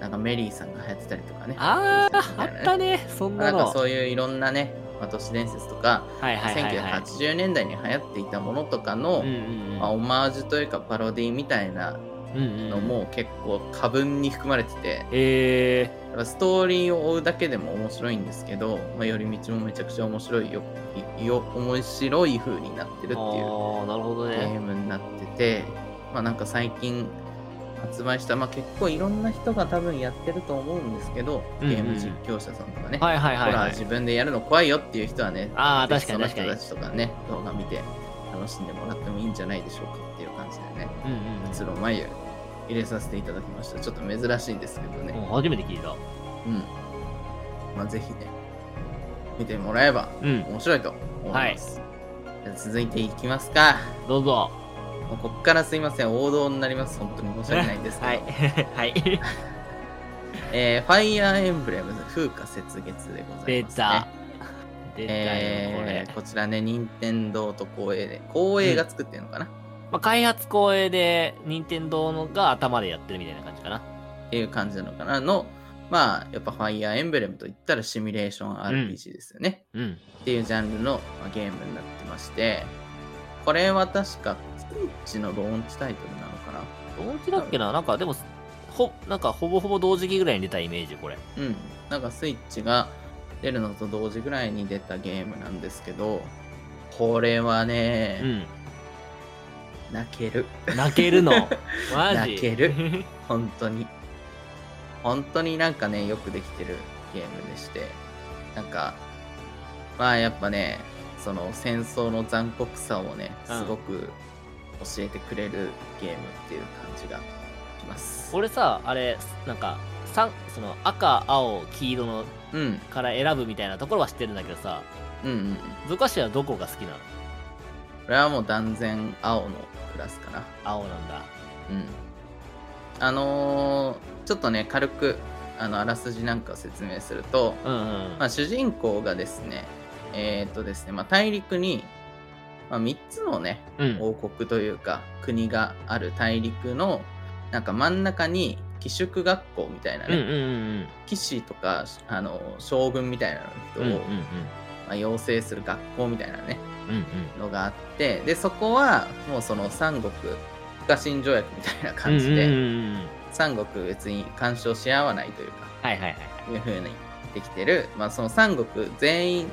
なんかメリーさんが流行ってたりとかねーあ当時みーあい なったねそんまあなんなのかそういういろんなね、まあ、都市伝説とか、はいはいはいはい1980年代に流行っていたものとかの、うんうんうんまあ、オマージュというかパロディみたいなうんうんのも結構過分に含まれてて、えだからストーリーを追うだけでも面白いんですけど、まあ、寄り道もめちゃくちゃ面白いよいよ面白い風になってるっていー、あうーなるほどゲねームになってて、まあ、なんか最近発売した、まあ、結構いろんな人が多分やってると思うんですけどうんゲうんーム実況者さんとかね、はいはいはいほらはい自分でやるの怖いよっていう人はねああぜひ確かに確その人たちかにとかね動画見て楽しんでもらってもいいんじゃないでしょうかっていう感じでねうんうんうん結論眉入れさせていただきましたちょっと珍しいんですけどね、もう初めて聞いたうん。まあ、ぜひね、見てもらえばうん面白いと思います。じゃあ続いていきますか。どうぞもうこっからすいません、王道になります。本当に申し訳ないんですけど。 はいはいえー、ファイアーエンブレムズ風化雪月でござ出います、たね。出たよこえれー、こちらね、任天堂と光栄で、光栄が作ってるのかな、まあ開発光栄で任天堂のが頭でやってるみたいな感じかなっていう感じなのかなの、まあ、やっぱファイアーエンブレムといったらシミュレーション RPG ですよね。うんっていうジャンルのまあゲームになってましてこれは確かンチのローンチタイトルなのかなどっちだっけななんかでもほなんかほぼほぼ同時期ぐらいに出たイメージこれうん、なんかスイッチが出るのと同時ぐらいに出たゲームなんですけど、これはうね、ん泣ける。泣け るのマジ泣ける本当に。本当になんかね、よくできてるゲームでして、なんか、まあやっぱね、その戦争の残酷さをね、うんすごく教えてくれるゲームっていう感じがします。俺さあれなんかさんその赤青黄色のうん、うんから選ぶみたいなところは知ってるんだけどさうんうん。ゾカシはどこが好きなのこれはもう断然青のクラスかな。青なんだうん、あのーちょっとね軽くあのあらすじなんかを説明すると、うんうんうんまあ、主人公がですねえーっとですね、まあ、大陸に、まあ、3つのねうん王国というか国がある大陸のなんか真ん中に寄宿学校みたいなうんうね、んうん騎士とかあの将軍みたいな人うを、んうんうんまあ、養成する学校みたいなねうんのがあってでそこはもうその三国不可侵条約みたいなうんうん感じで、うんうんうん三国別に干渉し合わないというかはいはいはいいう風にできてる、まあ、その三国全員、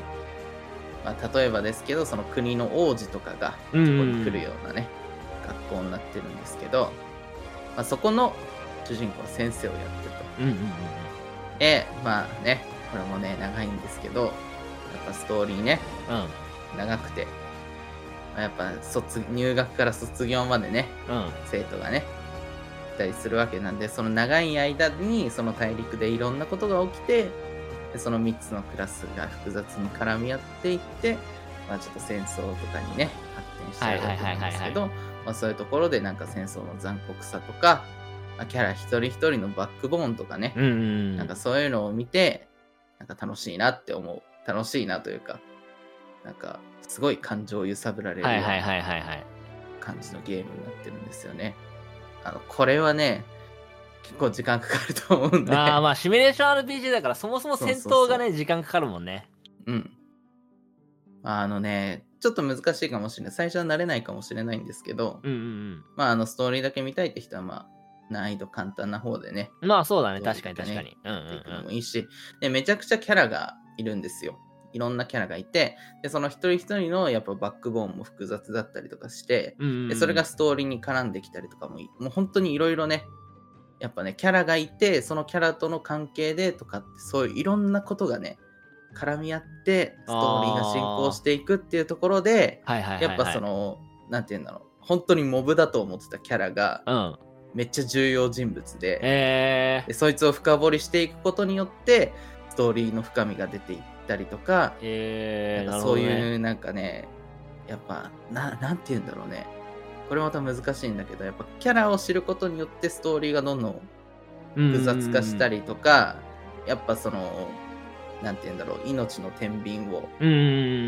まあ、例えばですけどその国の王子とかがうんそうこんに来るようなね、学校になってるんですけど、まあ、そこの主人公の先生をやってると。うんうんうんでまあねこれもね長いんですけどやっぱストーリーねうん長くて、まあやっぱ卒入学から卒業までねうん生徒がねいたりするわけなんでその長い間にその大陸でいろんなことが起きてでその3つのクラスが複雑に絡み合っていって、まあ、ちょっと戦争とかにね発展してるわけなんですけどまあそういうところでなんか戦争の残酷さとか、まあキャラ一人一人のバックボーンとかね、うんうんなんかそういうのを見てなんか楽しいなって思う楽しいなというかなんかすごい感情を揺さぶられるようはないはいはいはいはい感じのゲームになってるんですよね。あのこれはね、結構時間かかると思うんで、ああまあシミュレーション RPG だからそもそも戦闘がね時間かかるもんねうん。あのね、ちょっと難しいかもしれない。最初は慣れないかもしれないんですけど、うんうんまあ、あのストーリーだけ見たいって人は、まあ、難易度簡単な方でね、うんまあそうだねそう確かに確かにうんうやっていくのんもいいし、で、めちゃくちゃキャラがいるんですよ。いろんなキャラがいて、で、その一人一人のやっぱバックボーンも複雑だったりとかして、うんうんうんでそれがストーリーに絡んできたりとかもいもう本当にいろいろねやっぱねキャラがいてそのキャラとの関係でとかってそういういろんなことがね絡み合ってストーリーが進行していくっていうところではいはいはいはいやっぱそのなんて言うんだろう本当にモブだと思ってたキャラがうんめっちゃ重要人物でえでそいつを深掘りしていくことによってストーリーの深みが出ていったりとかーなんえーなかるほそどうねいうなんかねやっぱななんて言うんだろうねこれまた難しいんだけどやっぱキャラを知ることによってストーリーがどんどん複雑化したりとか、やっぱそのなんて言うんだろう命の天秤を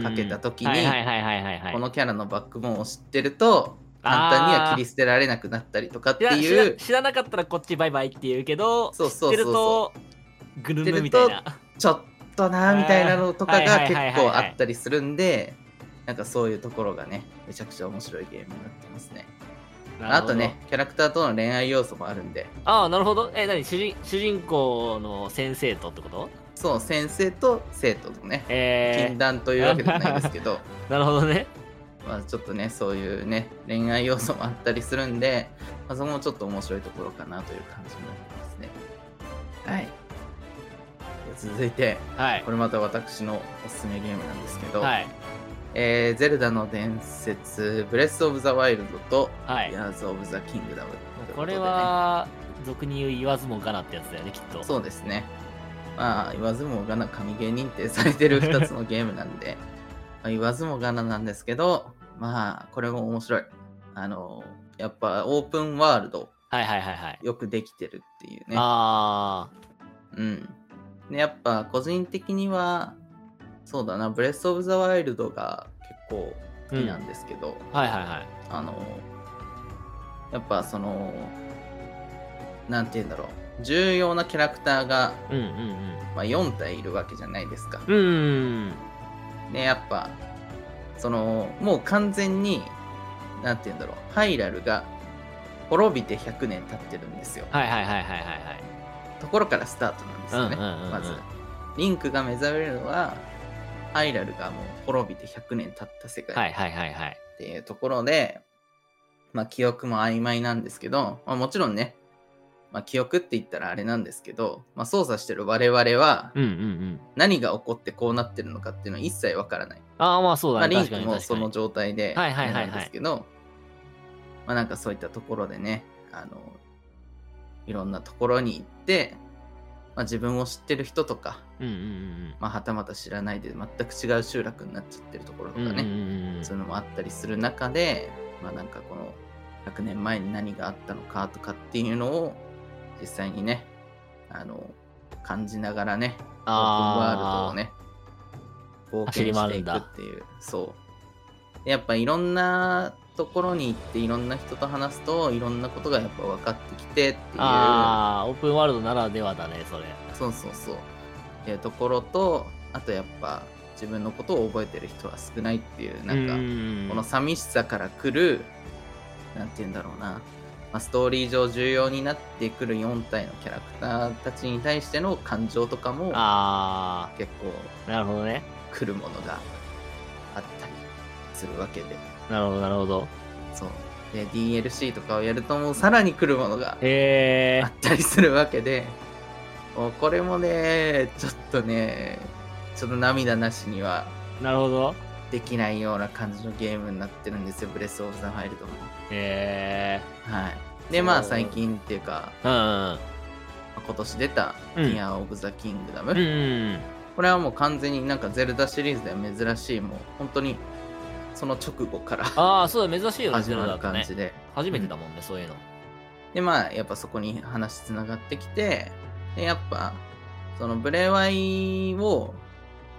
かかけた時にはいはいはいはいはいはいこのキャラのバックボーンを知ってると簡単には切り捨てられなくなったりとかっていやい知うら知らなかったらこっちバイバイって言うけどそうそうそうそう知ってるとグルムみたいなちょっとなーみたいなのとかがあーはいはい結はいはいはい構あったりするんでなんかそういうところがねめちゃくちゃ面白いゲームになってますね。なあるほどとね、キャラクターとの恋愛要素もあるんで、ああなるほどえ何主人主人公の先生とってことそう、先生と生徒のね、え禁断というわけじゃないですけど、 ー、なるほどねまあちょっとね、そういうね、恋愛要素もあったりするんで、まあ、そこもちょっと面白いところかなという感じになりますね。はい。続いて、はいこれまた私のおすすめゲームなんですけど、はいえーゼルダの伝説、ブレス・オブ・ザ・ワイルドと、はいヤーズ・オブ・ザ・キングダムというとでね。これは俗に言う言わずもがなってやつだよねきっとそうですね。まあ、言わずもがな神ゲー認定されてる2つのゲームなんで、まあ言わずもがななんですけど、まあ、これも面白い。あの、やっぱオープンワールドはいはいはいはい、よくできてるっていうね。あうん。で、やっぱ個人的には、そうだな、ブレス・オブ・ザ・ワイルドが結構好きなんですけど、あはいはいはいあの、やっぱその、なんて言うんだろう、重要なキャラクターがうんうんまあ、4体いるわけじゃないですか。うんうんね、やっぱ、その、もう完全に、なんて言うんだろうハイラルが滅びて100年経ってるんですよはいはいはいはいはいところからスタートなんですよね、うんうんうんうんまずリンクが目覚めるのはハイラルがもう滅びて100年経った世は界いはいはいはいっていうところで、まあ記憶も曖昧なんですけど、まあ、もちろんね、まあ、記憶って言ったらあれなんですけど、まあ、操作してる我々はうんうんうん何が起こってこうなってるのかっていうのは一切わからない、ああまあそうまだあ、ねリン確クかにも確かそのに状態ではいはいはいはいなんですけどまあなんかそういったところでねあのいろんなところに行って、まあ、自分を知ってる人とか、うんうんうんまあ、はたまた知らないで全く違う集落になっちゃってるところとうんかうんうんね、うんうんそういうのもあったりする中で、まあなんかこの100年前に何があったのかとかっていうのを実際にね、あの、感じながらね、オープンワールドあをーね、冒走険りし回てるいんくだっていう、そう。でやっぱいろんなところに行っていろんな人と話すといろんなことがやっぱ分かってきてっていうああオープンワールドならではだねそれそうそうそうっていうところとあとやっぱ自分のことを覚えてる人は少ないっていうなんかんこの寂しさから来る、なんて言うんだろうな、まあ、ストーリー上重要になってくる4体のキャラクターたちに対しての感情とかもあ結構あなるほどね来るものがあったりするわけで、なるほどなるほどそう。で、DLC とかをやるともうさらに来るものがへえあったりするわけで、もうこれもね、ちょっとね、ちょっと涙なしにはなるほどできないような感じのゲームになってるんですよ、ブレス・オブ・ザ・ファイルドも。へえはい。で、まあそう最近っていうか、うんうん今年出た「うんニア・オブ・ザ・キングダム」うん うんこれはもう完全になんかゼルダシリーズでは珍しいもう本当にその直後からああそうだ珍しいよね始ゼロまだると感ねじで、初めてだもんね、そういうのでまあやっぱそこに話つながってきてでやっぱそのブレワイを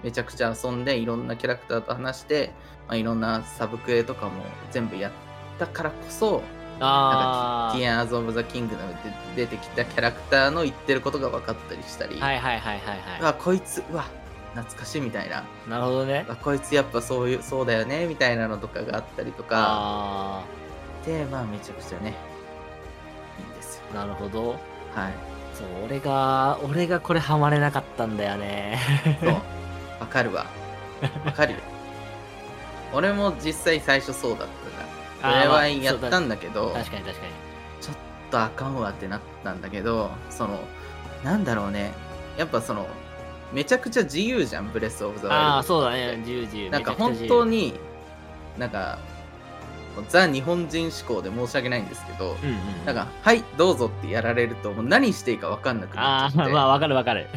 めちゃくちゃ遊んでいろんなキャラクターと話して、まあ、いろんなサブクエとかも全部やったからこそあテあィアーズ・オブ・ザ・キングダムで出てきたキャラクターの言ってることが分かったりしたり、はいはいはいはいうはわこいつうわ懐かしいみたいな、いなるほどねあこいつやっぱそういうそうだよねみたいなのとかがあったりとかあでまあめちゃくちゃねいいんですよあなるほどはいそう俺が俺がこれハマれなかったんだ よねそうわかるわわかるよ俺も実際最初そうだったあからー俺まはあやったんだけど、ちょ確かに確かにっとあかんわってなったんだけどそのなんだろうねやっぱそのめちゃくちゃ自由じゃんブレス・オブ・ザ・ワイルドああそうだね自由自由なんかめちゃく本ちゃ自由当になんかザ日本人志向で申し訳ないんですけど、うんうんなんか「はいどうぞ」ってやられるともう何していいか分かんなくなあっちゃっあて、まあわかるわ かる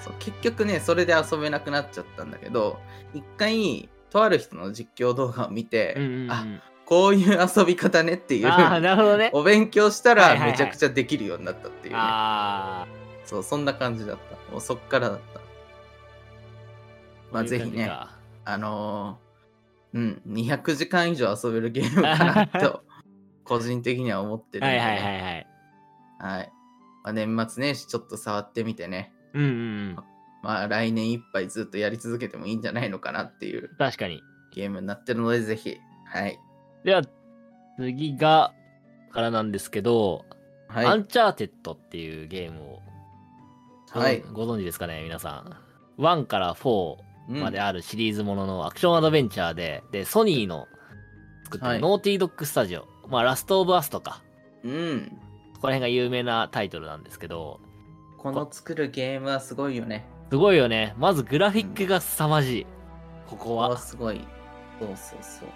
そう結局ねそれで遊べなくなっちゃったんだけど一回とある人の実況動画を見て、うんうんうんあこういう遊び方ねっていうああなるほどねお勉強したはいらはいはいめちゃくちゃできるようになったっていう、ねあそうそんな感じだったもうそっからだったあまあぜひねあのーうん、200時間以上遊べるゲームかな と、個人的には思ってるんはで、いはいはいはいはいまあ、年末年始ちょっと触ってみてね、うんうんうんまあ、来年いっぱいずっとやり続けてもいいんじゃないのかなっていう確かにゲームになってるので、ぜひ。はい。では次がからなんですけど、はい。アンチャーテッドっていうゲームをご,、はいご存知ですかね皆さん1から4うんまであるシリーズもののアクションアドベンチャーで、でソニーの作ってるはいノーティードッグスタジオ、まあラストオブアスとかうん。ここら辺が有名なタイトルなんですけどこの作るゲームはすごいよね。すごいよねまずグラフィックが凄まじい、こここれははすごい。そうそうそう。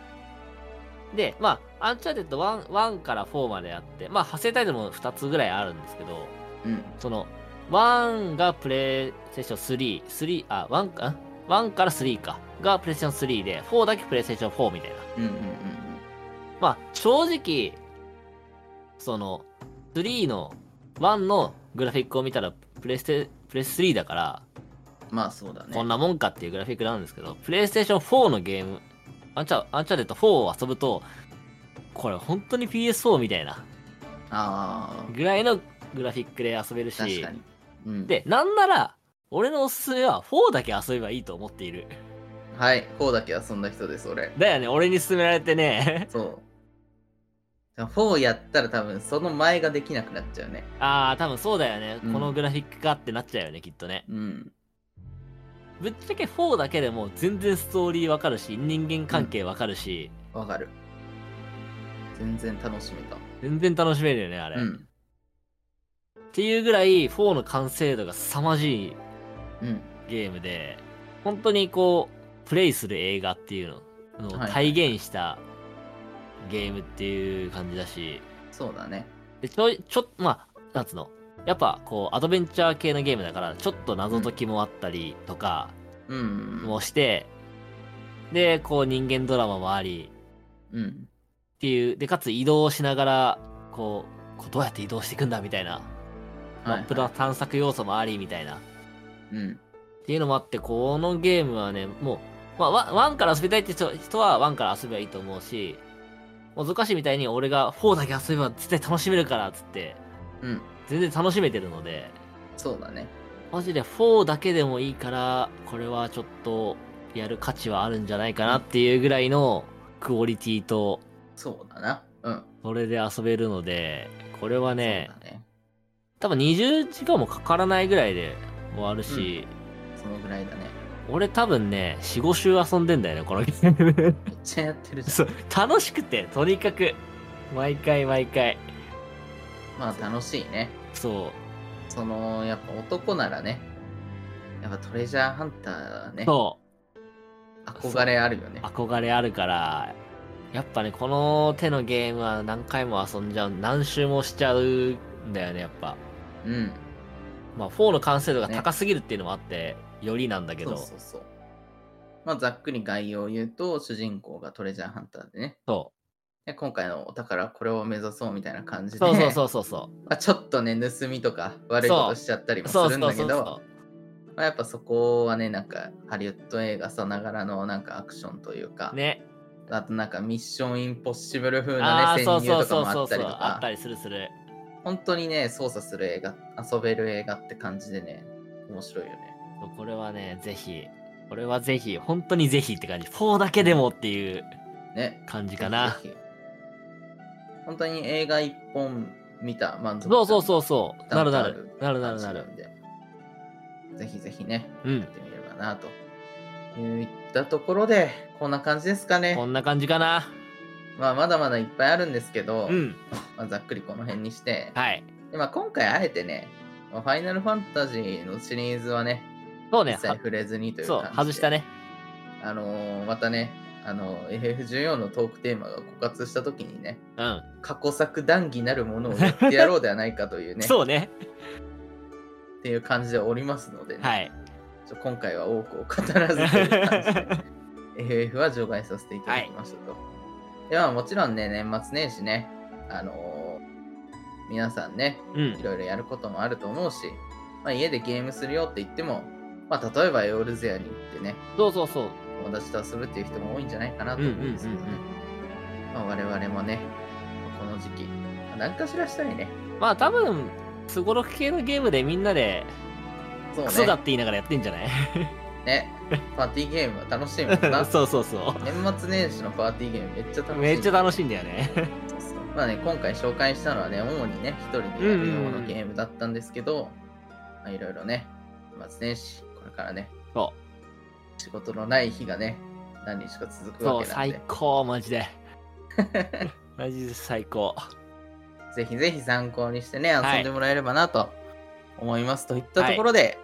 でまあアンチャーテッド 1, 1から4まであってまあ派生タイトルも2つぐらいあるんですけどうん。その1がプレイステーション33あ1かん1から3かがプレイステーション3で4だけプレイステーション4みたいなうんうんうんまあ正直その3の1のグラフィックを見たらプレステプレス3だからうん。まあそうだね。こんなもんかっていうグラフィックなんですけど、プレイステーション4のゲーム、アンチャアンチャーテッド4を遊ぶと、これ本当に PS4 みたいなああ。ぐらいのグラフィックで遊べる確しか、に。うん、で、なんなら、俺のおすすめは4だけ遊べばいいと思っている。はい。こうだけ遊んだ人です、俺。だよね、俺に勧められてね、そだから4やったら多分その前ができなくなっちゃうね。 ああ、多分そうだよね。うんこのグラフィックかってなっちゃうよね、きっとね。うん。ぶっちゃけ4だけでも全然ストーリーわかるし、人間関係わかるし、わかる。全然楽しめた。全然楽しめるよね、あれ、うっん。ていうぐらい4の完成度が凄まじいうん。ゲームで、本当にこう、プレイする映画っていうののをはい体現したゲームっていう感じだし、そうだね。でちょい、ちょっと、まあ、なんつうの、やっぱこう、アドベンチャー系のゲームだから、ちょっと謎解きもあったりとかうん。もして、で、こう、人間ドラマもあり、うん。っていう、で、かつ移動しながら、こう、こうどうやって移動していくんだみたいな、マップのだ。探索要素もありみたいな、うん。っていうのもあって、このゲームはね、もう、まあ、ワンワンから遊びたいって人人はワンから遊べばいいと思うし、もずかしみたいに俺が4だけ遊べば絶対楽しめるからっつって、うん。全然楽しめてるので、そうだね。マジで4だけでもいいから、これはちょっとやる価値はあるんじゃないかなっていうぐらいのクオリティと、そうだな。うん。それで遊べるので、これはねそ、うだね。多分20時間もかからないぐらいで終わるし、そのぐらいだね。俺多分ね、4、5週遊んでんだよね、このゲーム。 めっちゃやってるじゃん。そう、楽しくて、とにかく。毎回毎回。まあ楽しいね。そその、やっぱ男ならね、やっぱトレジャーハンターはう。ね、そ憧れあるよねう。。憧れあるから、やっぱね、この手のゲームは何回も遊んじゃう、何周もしちゃうんだよね、やっぱ。うん。まあ、4の完成度が高すぎるっていうのもあって、よりなんだけそど。うそうそう。まあざっくり概要を言うと、主人公がトレジャーハンターでね、そで今回のお宝これを目指そうみたいな感うじで、そうそうそうそうそう。 まあ、ちょっとね、盗みとか悪いことしちゃったりもすそうるんそうだけそうどそ、まあ、やっぱそこはね、なんかハリウッド映画さながらのなんかアクションというか、う。ね。あとなんかミッションインポッシブル風あなあね、ーそ潜う入とそうかそうもあそうったりとそうあかっ、たりするする本当にね、操作する映画、遊べる映画って感じでね、面白いよね。これはねぜひこれはぜひ本当にぜひって感じ4だけでもっていうね。感じかなぜひぜひ本当に映画一本見た満足そうそうそうそうなるなるちなるな感るじななるんで、ぜひぜひね、うやんってみればなと。いったところで、こんな感じですかねこ。んな感じかなまあ、まだまだいっぱいあるんですけど、うんまあ、ざっくりこの辺にして、はいでまあ、今回あえてね、まあファイナルファンタジーのシリーズはね、そうね一切は触れずにというそ感じうで外した。ねあのーまたね、あのー FF14 のトークテーマが枯渇した時にね、うん過去作談義なるものをやってやろうではないかというね、 そうねっていう感じでおりますのでね、はいちょ今回は多くを語らずという感 じで、FF は除外させていただきましたと。ではもちろんね、年末年始ね、あのー皆さんね、ういんろいろやることもあると思うし、まあ、家でゲームするよって言っても、まあ、例えばエオルゼアに行ってね、そうそうそう友達と遊ぶっていう人も多いんじゃないかなうとんう思んうんですけどね。まあ、我々もね、まあこの時期、まあ何かしらしたいね。うんうんまあ多分すごろく系のゲームでみんなでそうね。クソだって言いながらやってんじゃない ね。パーティーゲームは楽しいもんな。そうそうそ年末年始のパーティーゲームめっちゃ楽しうい。めっちゃ楽しいんだよねまあね、今回紹介したのはね、主にね、一人でやるようなゲームだったんですけど、まあ、いろいろね、年末年始、これからね、そ仕事のない日がね、何日か続くそわうけなん最で、高マ ジでマジで最高ぜひぜひ参考にしてね、はい遊んでもらえればなと思います。といったところで、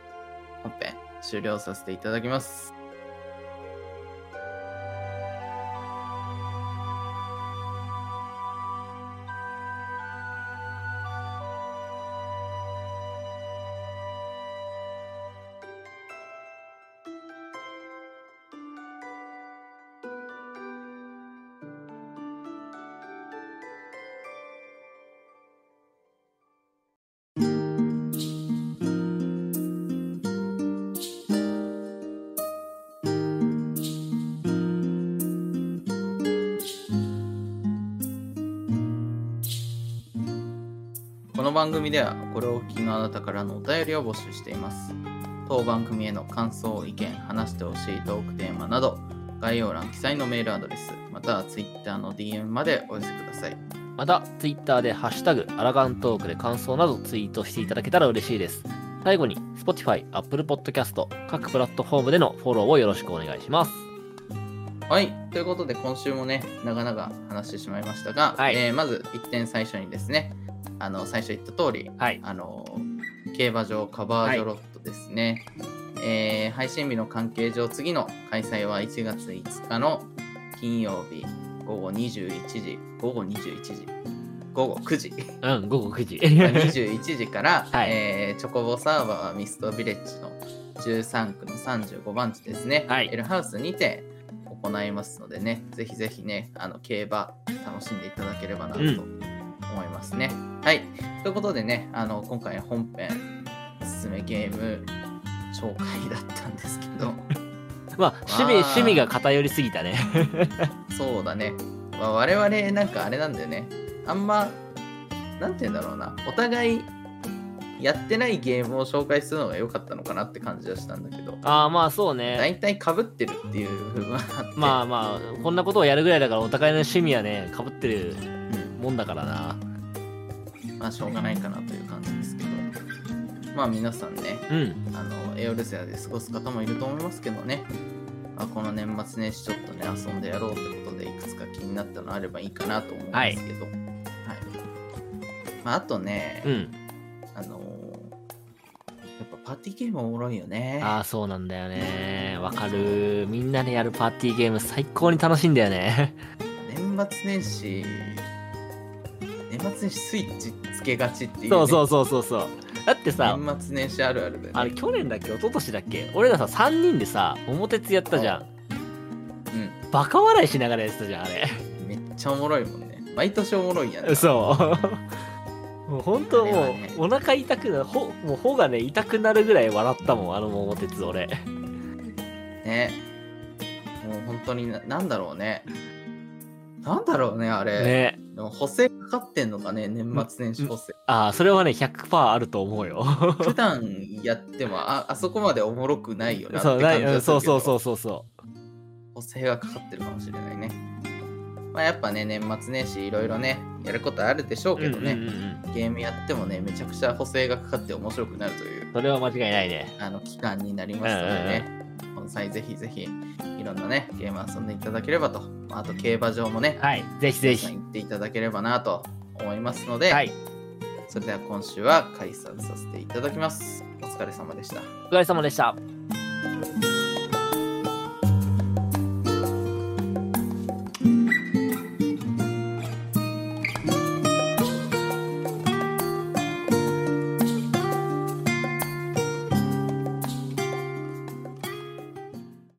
本編終了させていただきます。この番組ではこれをお聞きのあなたからのお便りを募集しています当番組への感想意見話してほしいトークテーマなど概要欄記載のメールアドレスまたは Twitter の DM までお寄せくださいまた、Twitter でハッシュタグ、アラガントークで感想などツイートしていただけたら嬉しいです。最後に、Spotify、Apple Podcast、各プラットフォームでのフォローをよろしくお願いします。はい。ということで、今週もね、長々話してしまいましたが、はいえーまず1点最初にですね、あの、最初言った通り、はい。あの、競馬場カバージョロットですね、えー配信日の関係上、次の開催は1月5日の金曜日午後21時、午後21時、午後9時。うん、午後9時。 21時から、 はいえーチョコボサーバーミストビレッジの13区の35番地ですね、はいエルハウスにて行いますのでね、ぜひぜひね、あの競馬楽しんでいただければなとうん思いますね。はい、ということでね、あの今回本編おすすめゲーム紹介だったんですけど、 まあ、趣味、あー趣味が偏りすぎたね。そうだね、まあ、我々なんかあれなんだよね、あんま、なんて言うんだろうな、お互いやってないゲームを紹介するのが良かったのかなって感じはしたんだけど、ああ、まあそうね。大体かぶってるっていう部分はあって、まあまあ、こんなことをやるぐらいだから、お互いの趣味はね、被ってるうんもんだからな。まあしょうがないかなという感じですけど、まあ皆さんね、うん。あのエオルセアで過ごす方もいると思いますけどね、まあ、この年末年始ちょっとね遊んでやろうってことでいくつか気になったのあればいいかなと思うんですけど、はいまあ、あとね、うん。あのーやっぱパーティーゲームおもろいよねああ、そうなんだよね。わかる。みんなでやるパーティーゲーム、最高に楽しいんだよ ね。年末年始年末年始スイッチつけがちっていう、ね、そうそうそうそうそう。だってさ、年末年始あるあるで、ね、あれ去年だっけ一昨年だっけ俺らさ3人でさ桃鉄やったじゃんバカ笑いしながらやってたじゃんあ れうんめっちゃおもろいもんね毎年おもろいやんうそう もう本当あれもう、はねお腹痛くなるほもう頬がね痛くなるぐらい笑ったもんあの桃鉄俺ねもう本当にななんだろうねなんだろうねあれねでも補正かかってんのかね年末年始補正、ああそれはね100%あると思うよ普段やってもああそこまでおもろくないよなってそ感うじはなするけどいそうそうそうそうそ補正がかかってるかもしれないね。まあやっぱね、年末年始いろいろね、やることあるでしょううけどね、うんうんうんゲームやってもね、めちゃくちゃ補正がかかって面白くなるというそれは間違いないねあの期間になりますのでね、この際ぜひぜひいろんなね、ゲーム遊んでいただければと、まああと競馬場もね、はいぜひぜ皆さんひ行っていただければなと思いますので、はいそれでは今週は解散させていただきます。お疲れ様でした。お疲れ様でした